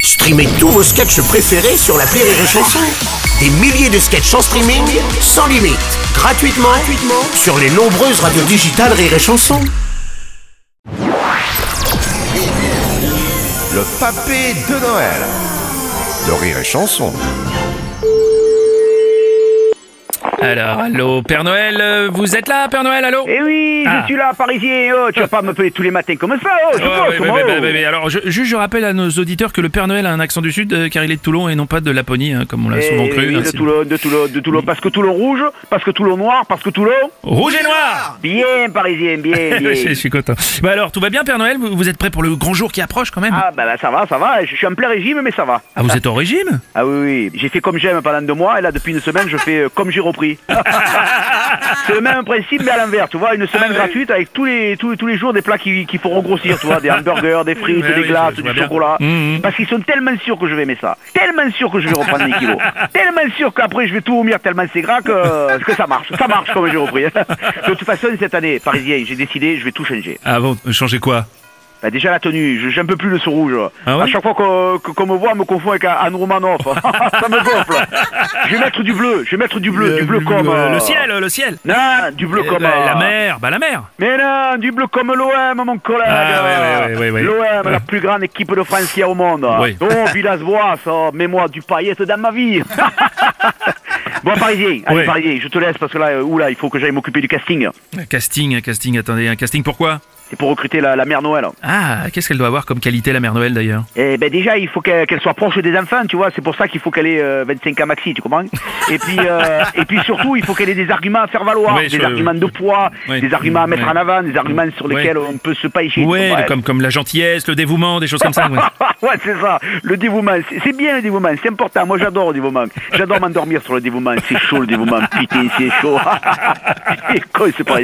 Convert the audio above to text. Streamez tous vos sketchs préférés sur la Rire et Chanson. Des milliers de sketchs en streaming, sans limite, gratuitement, gratuitement sur les nombreuses radios digitales Rire et Chanson. Le papé de Noël de Rire et Chanson. Alors, allô, Père Noël, euh, vous êtes là, Père Noël, allô Eh oui, Ah. je suis là, parisien. Oh, tu vas pas m'appeler tous les matins comme ça. Oh, je Oh, bosse, oui, moi, oui, oh. oui, oui, oui. Alors, je, juste, je rappelle à nos auditeurs que le Père Noël a un accent du Sud, euh, car il est de Toulon et non pas de Laponie, hein, comme on l'a Eh souvent cru. oui, hein, de c'est- Toulon, de Toulon, de Toulon. Parce que Toulon rouge, parce que Toulon noir, parce que Toulon. Rouge et noir Bien, parisien, bien, je, je bien. suis content. Bah alors, tout va bien, Père Noël vous, vous êtes prêt pour le grand jour qui approche, quand même Ah, bah, bah, ça va, ça va. Je suis en plein régime, mais ça va. Ah, vous êtes au régime Ah oui, oui. J'ai fait comme j'aime pendant deux mois, et là, depuis une semaine, je fais euh, comme j'ai repris. Ah, C'est le même principe, mais à l'envers, tu vois. Une semaine gratuite avec tous les, tous, tous les jours des plats qui, qui feront grossir, tu vois. Des hamburgers, des frites, Ouais, des oui, glaces, je- je vois du bien. chocolat. Mhm. Parce qu'ils sont tellement sûrs que je vais aimer ça. Tellement sûrs que je vais reprendre des kilos. tellement sûrs qu'après je vais tout vomir tellement c'est gras que, que ça marche. Ça marche comme j'ai repris. De toute façon, cette année, parisien, j'ai décidé, je vais tout changer. Ah bon, changez quoi Bah, déjà la tenue, je- j'aime un peu plus le saut rouge. Ah ouais à chaque fois qu'on que- qu'on me voit, on me confond avec Anne Romanoff. ça me gonfle. Je vais mettre du bleu, je vais mettre du bleu, du bleu comme... euh, euh, Le ciel, le ciel Non, du bleu Euh, comme... la, euh, la mer, bah la mer mais non, du bleu comme l'OM, mon collègue. Ah, ouais, ouais, ouais, ouais, ouais. L'OM, Ouais. la plus grande équipe de France au monde. Ah. Oui. Oh, Villas-Boas, oh, mets-moi du paillette dans ma vie. bon, Parisien, allez, Ouais. Parisien, je te laisse parce que là, euh, oula, il faut que j'aille m'occuper du casting. Un Casting, un casting, attendez, un casting pourquoi C'est pour recruter la, la mère Noël. Ah, qu'est-ce qu'elle doit avoir comme qualité, la mère Noël, d'ailleurs Eh ben déjà, il faut qu'elle qu'elle soit proche des enfants, tu vois. C'est pour ça qu'il faut qu'elle ait euh, 25 ans maxi, tu comprends Et puis, euh, et puis surtout, il faut qu'elle ait des arguments à faire valoir, Oui, des je- arguments de poids, Oui. des arguments à mettre Ouais. en avant, des arguments sur Ouais. lesquels on peut se pailler. Ouais, comme, comme la gentillesse, le dévouement, des choses comme ça. ouais. ouais, c'est ça. Le dévouement, c'est- c'est bien le dévouement, c'est important. Moi, j'adore le dévouement. J'adore m'endormir sur le dévouement. C'est chaud le dévouement. Putain, c'est chaud. Putain, con, c'est pas